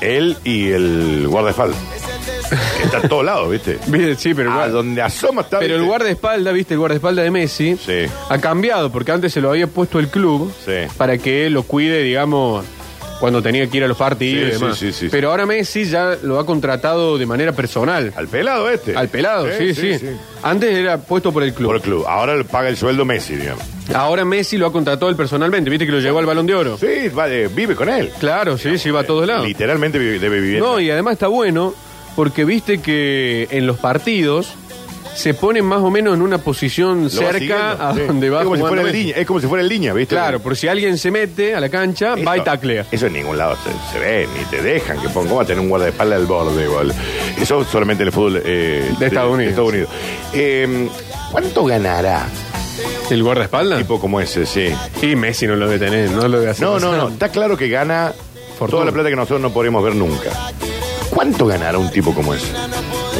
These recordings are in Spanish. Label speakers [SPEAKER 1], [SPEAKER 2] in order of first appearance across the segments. [SPEAKER 1] Él y el guardaespaldas. Está a todos lados, ¿viste?
[SPEAKER 2] Bien, Sí, pero, el
[SPEAKER 1] Ah,
[SPEAKER 2] guarda-
[SPEAKER 1] donde asoma está.
[SPEAKER 2] pero el
[SPEAKER 1] ¿viste?
[SPEAKER 2] guardaespaldas, viste, el guardaespaldas de Messi,
[SPEAKER 1] Sí.
[SPEAKER 2] ha cambiado, porque antes se lo había puesto el club
[SPEAKER 1] Sí.
[SPEAKER 2] para que lo cuide, digamos, cuando tenía que ir a los partidos
[SPEAKER 1] Sí,
[SPEAKER 2] y demás.
[SPEAKER 1] sí, sí, sí.
[SPEAKER 2] Pero ahora Messi ya lo ha contratado de manera personal.
[SPEAKER 1] Al pelado este.
[SPEAKER 2] Al pelado, sí sí, Antes era puesto por el club.
[SPEAKER 1] Por el club. Ahora le paga el sueldo Messi, digamos.
[SPEAKER 2] Ahora Messi lo ha contratado él personalmente, viste que lo llevó al balón de oro.
[SPEAKER 1] Sí, va de- vive con él.
[SPEAKER 2] Claro, sí, sí, va a todos lados.
[SPEAKER 1] Literalmente vive- debe vivir.
[SPEAKER 2] No, y además está bueno porque viste que en los partidos se ponen más o menos en una posición
[SPEAKER 1] Lo va
[SPEAKER 2] cerca
[SPEAKER 1] siguiendo,
[SPEAKER 2] a
[SPEAKER 1] sí.
[SPEAKER 2] donde va
[SPEAKER 1] es como, si fuera
[SPEAKER 2] jugando
[SPEAKER 1] el
[SPEAKER 2] Messi.
[SPEAKER 1] Liña, es como si fuera el línea, ¿viste?
[SPEAKER 2] Claro, por si alguien se mete a la cancha,
[SPEAKER 1] Eso-
[SPEAKER 2] va y taclea.
[SPEAKER 1] Eso en ningún lado se, se ve, ni te dejan que ponga a tener un guardaespaldas al borde igual. Eso solamente en el fútbol eh,
[SPEAKER 2] De Estados Unidos.
[SPEAKER 1] Eh, ¿Cuánto ganará
[SPEAKER 2] ¿El
[SPEAKER 1] un
[SPEAKER 2] guardaespaldas?
[SPEAKER 1] tipo como ese? Sí.
[SPEAKER 2] Y Messi no lo debe tener, no lo debe hacer.
[SPEAKER 1] No, no,
[SPEAKER 2] pasar.
[SPEAKER 1] no. Está claro que gana
[SPEAKER 2] Fortuna.
[SPEAKER 1] toda la plata que nosotros no podremos ver nunca. ¿Cuánto ganará un tipo como ese?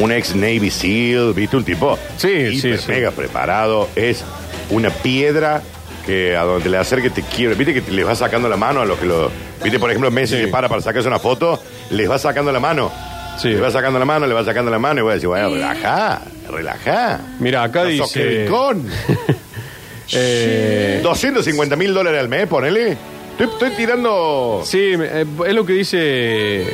[SPEAKER 1] Un ex Navy SEAL, ¿viste? Un tipo
[SPEAKER 2] Sí,
[SPEAKER 1] hiper
[SPEAKER 2] sí, sí.
[SPEAKER 1] mega preparado. Es una piedra que a donde le acerque te quiebra. ¿Viste que te- les va sacando la mano a los que lo... ¿Viste? Por ejemplo, Messi
[SPEAKER 2] Sí.
[SPEAKER 1] que para para sacarse una foto, les va sacando la mano.
[SPEAKER 2] Sí.
[SPEAKER 1] Le va sacando la mano, le va sacando la mano y voy a decir, bueno, relajá, relajá.
[SPEAKER 2] Mira, acá
[SPEAKER 1] No sos
[SPEAKER 2] dice.
[SPEAKER 1] Kevin Conn.
[SPEAKER 2] eh,
[SPEAKER 1] 250 mil dólares al mes, ponele. Estoy, estoy tirando...
[SPEAKER 2] Sí, eh, es lo que dice.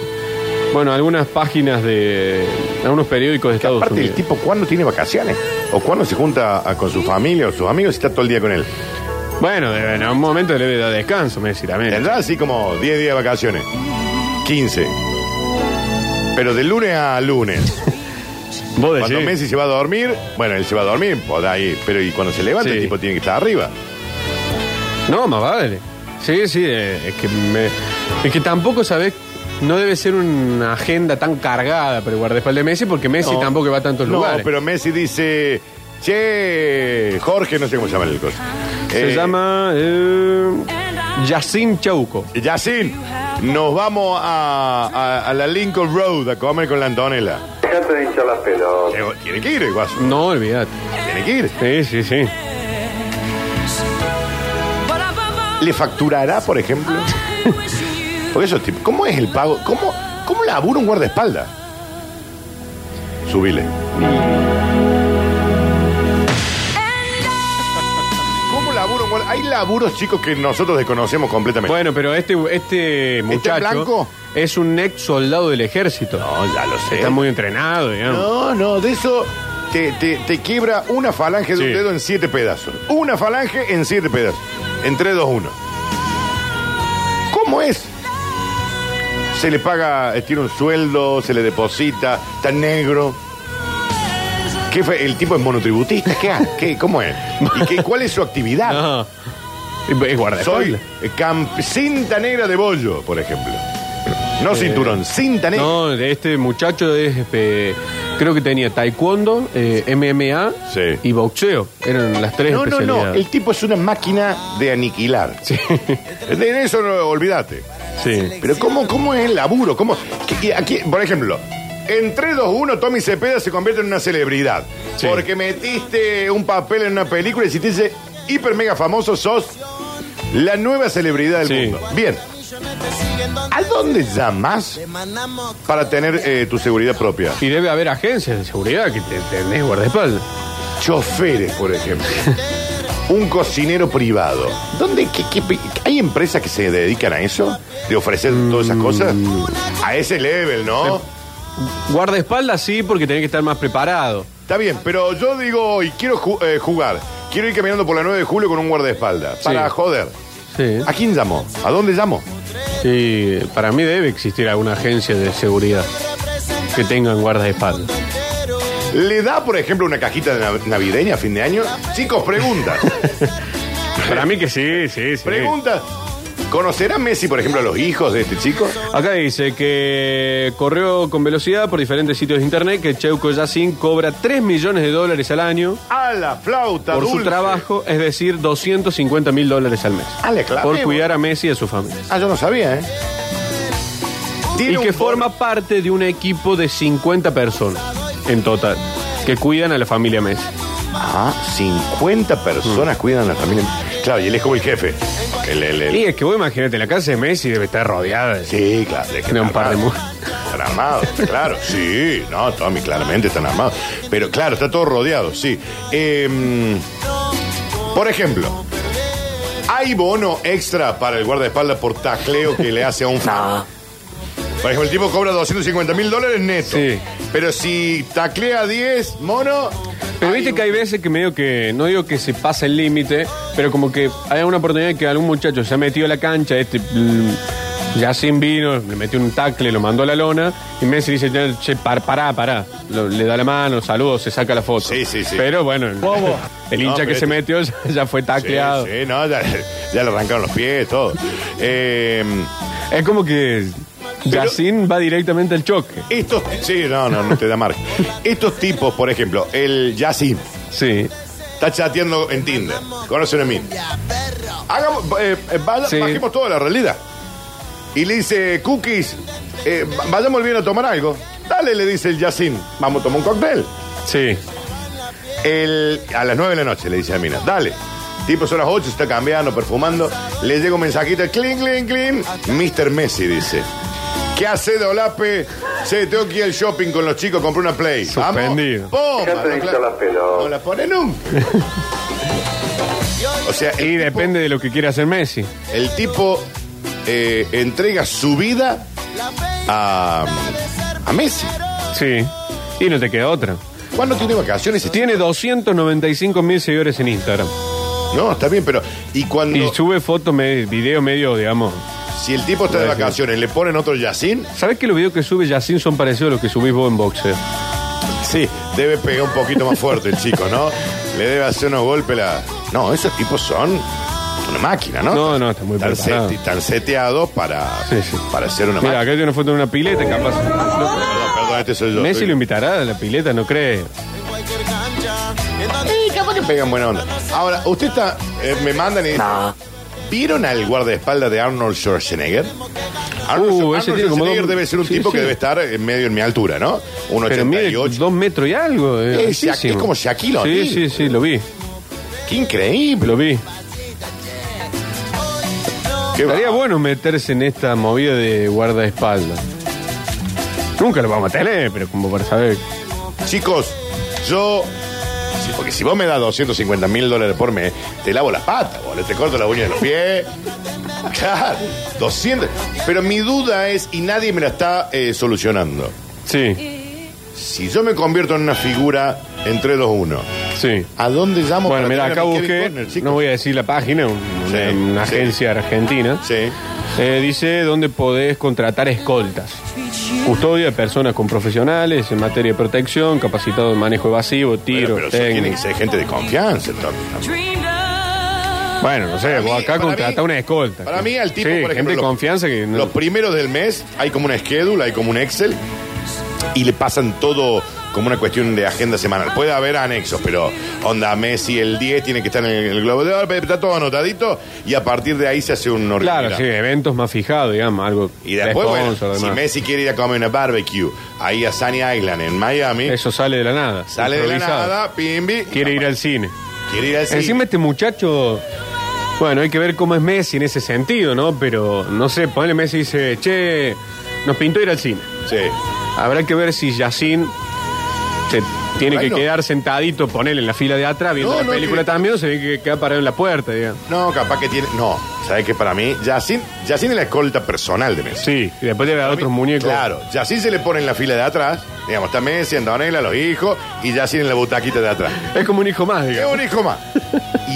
[SPEAKER 2] Bueno, algunas páginas de. algunos periódicos de
[SPEAKER 1] Que
[SPEAKER 2] Estados
[SPEAKER 1] aparte
[SPEAKER 2] Unidos.
[SPEAKER 1] el tipo cuándo tiene vacaciones o cuándo se junta a- con su familia o sus amigos y está todo el día con él.
[SPEAKER 2] Bueno, debe- en algún momento le debe dar descanso, Messi también.
[SPEAKER 1] Tendrá así como 10 días de vacaciones. 15. Pero de lunes a lunes.
[SPEAKER 2] Vos
[SPEAKER 1] Cuando
[SPEAKER 2] decís.
[SPEAKER 1] Messi se va a dormir, bueno, él se va a dormir, por ahí. Pero y cuando se levanta,
[SPEAKER 2] Sí.
[SPEAKER 1] el tipo tiene que estar arriba.
[SPEAKER 2] No, más vale. Sí, sí, eh, es que me- es que tampoco sabés. No debe ser una agenda tan cargada para el guardaespaldas de Messi, porque Messi
[SPEAKER 1] No.
[SPEAKER 2] tampoco va a tantos
[SPEAKER 1] no,
[SPEAKER 2] lugares.
[SPEAKER 1] pero Messi dice, che, Jorge, no sé cómo se llama el coche.
[SPEAKER 2] Se
[SPEAKER 1] Eh,
[SPEAKER 2] llama. eh, Yacine Chauco.
[SPEAKER 1] Yacine, nos vamos a, a- a la Lincoln Road a comer con la Antonella.
[SPEAKER 3] Déjate de hinchar las pelotas.
[SPEAKER 1] Eh, Tiene que ir, el guaso.
[SPEAKER 2] No, olvídate.
[SPEAKER 1] Tiene que ir.
[SPEAKER 2] Sí, sí, sí.
[SPEAKER 1] ¿Le facturará, por ejemplo? Porque eso, tipo, ¿cómo es el pago? ¿Cómo, cómo labura un guardaespaldas? Subile. ¿Cómo labura un guarda- Hay laburos, chicos, que nosotros desconocemos completamente.
[SPEAKER 2] Bueno, pero este, este muchacho
[SPEAKER 1] blanco?
[SPEAKER 2] es un ex soldado del ejército.
[SPEAKER 1] no, ya lo sé.
[SPEAKER 2] Está muy entrenado, digamos.
[SPEAKER 1] No, no, de eso te, te- te quiebra una falange de un
[SPEAKER 2] Sí.
[SPEAKER 1] dedo en siete pedazos. Una falange en siete pedazos. En 3, 2, 1. ¿Cómo es? Se le paga, eh, tiene un sueldo, se le deposita, está negro. ¿Qué fue? ¿El tipo es monotributista? ¿Qué, ha- qué- ¿Cómo es? ¿Y qué, cuál es su actividad?
[SPEAKER 2] No. pues, Es
[SPEAKER 1] Soy
[SPEAKER 2] guardaespaldas.
[SPEAKER 1] eh, camp- cinta negra de bollo, por ejemplo. No cinturón, cinta negra.
[SPEAKER 2] No, de este muchacho es, este, creo que tenía taekwondo, eh, MMA
[SPEAKER 1] Sí.
[SPEAKER 2] y boxeo. Eran las tres
[SPEAKER 1] No, no, no.
[SPEAKER 2] especialidades.
[SPEAKER 1] El tipo es una máquina de aniquilar. De eso no, olvídate.
[SPEAKER 2] Sí.
[SPEAKER 1] Pero ¿cómo, cómo es el laburo? ¿Cómo? ¿Qué- qué- aquí, por ejemplo, en 3, 2, 1, Tommy Cepeda se convierte en una celebridad.
[SPEAKER 2] Sí.
[SPEAKER 1] Porque metiste un papel en una película y si te dice hiper mega famoso, sos la nueva celebridad del
[SPEAKER 2] Sí.
[SPEAKER 1] mundo. Bien. ¿A dónde llamas para tener eh, tu seguridad propia?
[SPEAKER 2] Y debe haber agencias de seguridad que te tenés guardaespaldas.
[SPEAKER 1] Choferes, por ejemplo. Un cocinero privado. ¿Dónde qué- qué- qué- ¿Hay empresas que se dedican a eso? ¿De ofrecer todas esas cosas? A ese level, ¿no?
[SPEAKER 2] Guardaespaldas sí, porque tenés que estar más preparado.
[SPEAKER 1] Está bien, pero yo digo hoy, quiero ju- eh, jugar. Quiero ir caminando por la 9 de julio con un guardaespaldas. Para
[SPEAKER 2] Sí.
[SPEAKER 1] joder.
[SPEAKER 2] Sí.
[SPEAKER 1] ¿A quién llamo? ¿A dónde llamo?
[SPEAKER 2] Sí, para mí debe existir alguna agencia de seguridad que tengan guardaespaldas.
[SPEAKER 1] ¿Le da, por ejemplo, una cajita de nav- navideña a fin de año? Chicos, preguntas.
[SPEAKER 2] Para mí que sí, sí, sí.
[SPEAKER 1] preguntas. ¿Conocerá Messi, por ejemplo, a los hijos de este chico?
[SPEAKER 2] Acá dice que corrió con velocidad por diferentes sitios de internet que Cheuco Yacin cobra 3 millones de dólares al año
[SPEAKER 1] A la flauta
[SPEAKER 2] por su
[SPEAKER 1] dulce.
[SPEAKER 2] trabajo, es decir, 250 mil dólares al mes.
[SPEAKER 1] Ah, le clavemos.
[SPEAKER 2] Por cuidar a Messi y a su familia.
[SPEAKER 1] Ah, yo no sabía, ¿eh?
[SPEAKER 2] Y que forma parte de un equipo de 50 personas en total que cuidan a la familia Messi. Mm.
[SPEAKER 1] Ah, 50 personas cuidan a la familia. Claro, y él es como el jefe. El- el- el-
[SPEAKER 2] Y es que vos imagínate, la casa de Messi debe estar rodeada. de-
[SPEAKER 1] Sí, claro. es que están
[SPEAKER 2] Tiene un par de
[SPEAKER 1] armados.
[SPEAKER 2] mu-
[SPEAKER 1] Están armados, está claro. Sí, no, Tommy, claramente están armados. Pero claro, está todo rodeado, sí. Eh, por ejemplo, ¿hay bono extra para el guardaespaldas por tacleo que le hace a un fan? Por ejemplo, el tipo cobra 250 mil dólares neto.
[SPEAKER 2] Sí.
[SPEAKER 1] Pero si taclea 10, mono.
[SPEAKER 2] Pero viste
[SPEAKER 1] un-
[SPEAKER 2] que hay veces que medio que, no digo que se pasa el límite, pero como que hay una oportunidad que algún muchacho se ha metido a la cancha, este mm, ya sin vino, le metió un tacle, lo mandó a la lona, y Messi dice, "Ya, che, par, pará, pará. Lo- le da la mano, saludos, se saca la foto.
[SPEAKER 1] Sí, sí, sí.
[SPEAKER 2] Pero bueno, el, el
[SPEAKER 1] No,
[SPEAKER 2] hincha
[SPEAKER 1] pero
[SPEAKER 2] que
[SPEAKER 1] este-
[SPEAKER 2] se metió ya, ya fue
[SPEAKER 1] Sí,
[SPEAKER 2] tacleado.
[SPEAKER 1] sí, no, ya, ya le arrancaron los pies, todo. Eh,
[SPEAKER 2] Es como que
[SPEAKER 1] Pero-
[SPEAKER 2] Yacin va directamente al choque.
[SPEAKER 1] Estos, sí, no, no, no te da margen. Estos tipos, por ejemplo, el Yacin
[SPEAKER 2] Sí.
[SPEAKER 1] está chateando en Tinder, conoce una mina. Hagamos, eh, eh, vaya-
[SPEAKER 2] Sí.
[SPEAKER 1] bajemos toda la realidad. Y le dice, Cookies, eh, va- vayamos bien a tomar algo. Dale, le dice el Yacin, vamos a tomar un cóctel.
[SPEAKER 2] Sí.
[SPEAKER 1] El- a las 9 de la noche le dice a la mina, dale. Tipo, son las 8, se está cambiando, perfumando. Le llega un mensajito, clean, clean, clean. Mr. Messi dice, ¿qué hace Dolape? Se tengo que ir al shopping con los chicos, compré una Play. ¿Vamos?
[SPEAKER 2] Suspendido.
[SPEAKER 1] Poma,
[SPEAKER 3] Ya te
[SPEAKER 1] no,
[SPEAKER 3] hinchó
[SPEAKER 1] claro.
[SPEAKER 3] la pelota.
[SPEAKER 1] No la pone nunca. o sea, el
[SPEAKER 2] Y
[SPEAKER 1] tipo-
[SPEAKER 2] depende de lo que quiera hacer Messi.
[SPEAKER 1] El tipo eh, entrega su vida a, a Messi.
[SPEAKER 2] Sí. Y no te queda otra.
[SPEAKER 1] ¿Cuándo tiene vacaciones? este?
[SPEAKER 2] Tiene 295 mil seguidores en Instagram.
[SPEAKER 1] No, está bien, pero... Y cuando...
[SPEAKER 2] Y sube fotos, me- video medio, digamos.
[SPEAKER 1] Si el tipo está de vacaciones, le ponen otro Yacín,
[SPEAKER 2] ¿Sabes que los videos que sube Yacin son parecidos a los que subís vos en boxeo?
[SPEAKER 1] sí, debe pegar un poquito más fuerte el chico, ¿no? Le debe hacer unos golpes la. No, esos tipos son una máquina, ¿no?
[SPEAKER 2] No, no, está muy
[SPEAKER 1] Están,
[SPEAKER 2] preparado.
[SPEAKER 1] seti- están seteados para,
[SPEAKER 2] Sí, sí.
[SPEAKER 1] para ser una
[SPEAKER 2] Mira,
[SPEAKER 1] máquina.
[SPEAKER 2] acá tiene una foto de una pileta, capaz.
[SPEAKER 1] Perdón, perdón, este soy yo.
[SPEAKER 2] Messi
[SPEAKER 1] Soy-
[SPEAKER 2] lo invitará a la pileta, no cree.
[SPEAKER 1] Eh, capaz que pegan buena onda. Ahora, usted está. eh, me mandan y. ¿Vieron al guardaespaldas de Arnold Schwarzenegger? Arnold, Schwar- Arnold
[SPEAKER 2] Uh, ese tiene como dos-
[SPEAKER 1] Schwarzenegger debe ser un
[SPEAKER 2] sí,
[SPEAKER 1] tipo que
[SPEAKER 2] sí.
[SPEAKER 1] debe estar en medio en mi altura, ¿no? Un
[SPEAKER 2] Pero mide
[SPEAKER 1] 88.
[SPEAKER 2] dos metros y algo. eh,
[SPEAKER 1] Es
[SPEAKER 2] altísimo.
[SPEAKER 1] Shaq- es como Shaquille O'Neal.
[SPEAKER 2] Sí, sí, sí, lo vi,
[SPEAKER 1] ¡Qué increíble!
[SPEAKER 2] lo vi.
[SPEAKER 1] Qué
[SPEAKER 2] Estaría
[SPEAKER 1] bárbaro.
[SPEAKER 2] bueno meterse en esta movida de guardaespaldas. Nunca lo vamos a tener, pero como para saber.
[SPEAKER 1] Chicos, yo. sí, Porque si vos me das 250 mil dólares por mes, te lavo las patas, boludo. Te corto la uña de los pies. Claro, 200. Pero mi duda es, y nadie me la está eh, solucionando.
[SPEAKER 2] Sí,
[SPEAKER 1] Si yo me convierto en una figura entre los uno,
[SPEAKER 2] sí.
[SPEAKER 1] ¿a dónde llamo
[SPEAKER 2] Bueno,
[SPEAKER 1] para
[SPEAKER 2] mira,
[SPEAKER 1] tener a
[SPEAKER 2] acá
[SPEAKER 1] mi Kevin
[SPEAKER 2] busqué,
[SPEAKER 1] Costner, chicos?
[SPEAKER 2] no voy a decir la página, un- una,
[SPEAKER 1] Sí,
[SPEAKER 2] una
[SPEAKER 1] sí.
[SPEAKER 2] agencia argentina.
[SPEAKER 1] Sí.
[SPEAKER 2] Eh, dice dónde podés contratar escoltas. Custodia de personas con profesionales en materia de protección, capacitado en manejo evasivo, tiro,
[SPEAKER 1] Bueno, pero eso tiene que
[SPEAKER 2] técnico.
[SPEAKER 1] ser gente de confianza, entonces.
[SPEAKER 2] Bueno, no sé,
[SPEAKER 1] Para
[SPEAKER 2] vos
[SPEAKER 1] mí-
[SPEAKER 2] acá
[SPEAKER 1] para
[SPEAKER 2] contratá
[SPEAKER 1] mí-
[SPEAKER 2] una escolta.
[SPEAKER 1] Para mí, al tipo,
[SPEAKER 2] Sí,
[SPEAKER 1] por ejemplo.
[SPEAKER 2] gente de
[SPEAKER 1] los-
[SPEAKER 2] confianza que. no-
[SPEAKER 1] Los primeros del mes hay como un schedule, hay como un Excel y le pasan todo como una cuestión de agenda semanal. Puede haber anexos, pero onda, Messi el 10 tiene que estar en el, el globo de oro, está todo anotadito y a partir de ahí se hace un organigrama.
[SPEAKER 2] Claro, sí, eventos más fijados, digamos, algo.
[SPEAKER 1] Y después, bueno,
[SPEAKER 2] sponsor,
[SPEAKER 1] si
[SPEAKER 2] además.
[SPEAKER 1] Messi quiere ir a comer una barbecue ahí a Sunny Island en Miami,
[SPEAKER 2] Eso sale de la nada.
[SPEAKER 1] sale de la
[SPEAKER 2] improvisado.
[SPEAKER 1] nada, pimbi,
[SPEAKER 2] Quiere ir al cine.
[SPEAKER 1] quiere ir al cine.
[SPEAKER 2] Encima este muchacho, bueno, hay que ver cómo es Messi en ese sentido, ¿no? Pero, no sé, ponele Messi y dice, che, nos pintó ir al cine.
[SPEAKER 1] Sí.
[SPEAKER 2] Habrá que ver si Yacine se tiene
[SPEAKER 1] Bueno.
[SPEAKER 2] que quedar sentadito, ponele en la fila de atrás, viendo
[SPEAKER 1] No,
[SPEAKER 2] la
[SPEAKER 1] no,
[SPEAKER 2] película
[SPEAKER 1] que-
[SPEAKER 2] también, o se ve que queda parado en la puerta, digamos.
[SPEAKER 1] No, capaz que tiene. No, ¿sabes que Para mí, Yacine Yacine es la escolta personal de Messi.
[SPEAKER 2] Sí, y después debe haber otros muñecos.
[SPEAKER 1] Claro, Yacine se le pone en la fila de atrás. Digamos, está Messi, Antonella, los hijos, y Yacine en la butaquita de atrás.
[SPEAKER 2] Es como un hijo más,
[SPEAKER 1] Es
[SPEAKER 2] digamos.
[SPEAKER 1] un hijo más.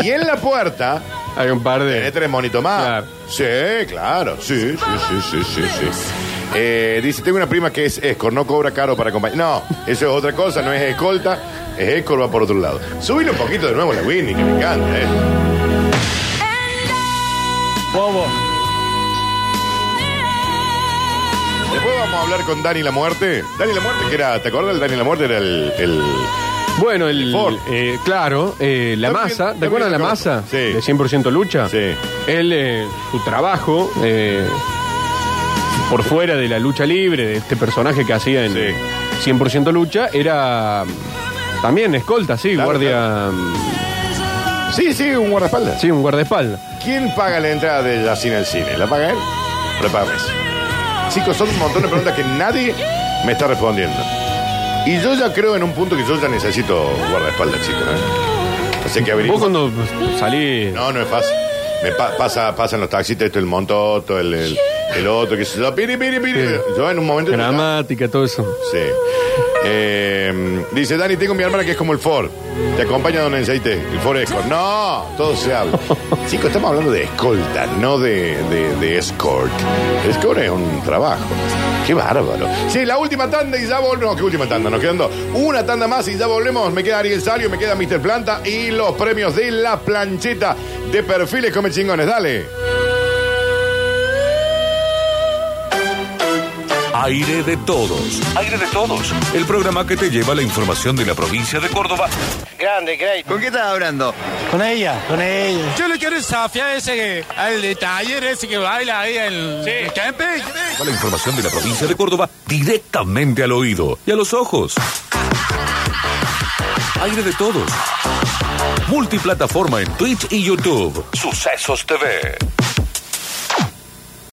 [SPEAKER 1] Y en la puerta,
[SPEAKER 2] Hay un par
[SPEAKER 1] tiene
[SPEAKER 2] de...
[SPEAKER 1] tres monitos más.
[SPEAKER 2] Claro.
[SPEAKER 1] Sí, claro. Sí, sí, sí, sí, sí, sí. Eh, dice, tengo una prima que es escort, no cobra caro para acompañar. No, eso es otra cosa, no es escolta, es escort, va por otro lado. Subile un poquito de nuevo la Winnie, que me encanta, eh.
[SPEAKER 2] Bobo.
[SPEAKER 1] Después vamos a hablar con Dani La Muerte. Dani La Muerte, que era, ¿te acuerdas del Dani La Muerte? Era el- el
[SPEAKER 2] Bueno, el,
[SPEAKER 1] Ford.
[SPEAKER 2] eh, claro, eh, la
[SPEAKER 1] También-
[SPEAKER 2] masa, ¿te
[SPEAKER 1] también
[SPEAKER 2] acuerdas la
[SPEAKER 1] lo conozco.
[SPEAKER 2] masa?
[SPEAKER 1] Sí.
[SPEAKER 2] De 100% lucha.
[SPEAKER 1] Sí.
[SPEAKER 2] Él, eh, su trabajo, eh, por fuera de la lucha libre, de este personaje que hacía en
[SPEAKER 1] Sí.
[SPEAKER 2] 100% lucha, era mm, también escolta, sí,
[SPEAKER 1] Claro,
[SPEAKER 2] guardia mm,
[SPEAKER 1] Sí, sí, un guardaespaldas.
[SPEAKER 2] Sí, un guardaespaldas.
[SPEAKER 1] ¿Quién paga la entrada de Yacine al cine? ¿La paga él? ¿O la paga Messi? Chicos, son un montón de preguntas que nadie me está respondiendo. Y yo ya creo en un punto que yo ya necesito guardaespaldas, chicos. ¿eh? Así que
[SPEAKER 2] Vos
[SPEAKER 1] averiguo.
[SPEAKER 2] cuando salís.
[SPEAKER 1] No, no es fácil. Me pa- pasa, pasan los taxistas, esto el montoto, el, el, el otro, que se yo. Piri, piri, piri.
[SPEAKER 2] Sí.
[SPEAKER 1] Yo en un momento.
[SPEAKER 2] Gramática, todo eso.
[SPEAKER 1] Sí. Eh, dice Dani, tengo mi hermana que es como el Ford. Te acompaña Don Enseite, el Ford Escort. No, todo se habla. Chicos, estamos hablando de escolta, no de, de, de escort. Escort es un trabajo. Qué bárbaro. Sí, la última tanda y ya volvemos. No, qué última tanda, nos quedan dos. Una tanda más y ya volvemos. Me queda Ariel Salio, me queda Mr. Planta y los premios de la plancheta de perfiles come chingones. Dale.
[SPEAKER 4] Aire de todos. Aire de todos. El programa que te lleva la información de la provincia de Córdoba
[SPEAKER 5] Grande, Grey.
[SPEAKER 6] ¿Con qué estás hablando?
[SPEAKER 5] Con ella, con ella.
[SPEAKER 7] Yo lo quiero desafiar a ese que, al de taller ese que baila ahí en el campe.
[SPEAKER 4] la información de la provincia de Córdoba directamente al oído y a los ojos. Aire de todos. Multiplataforma en Twitch y YouTube. Sucesos TV.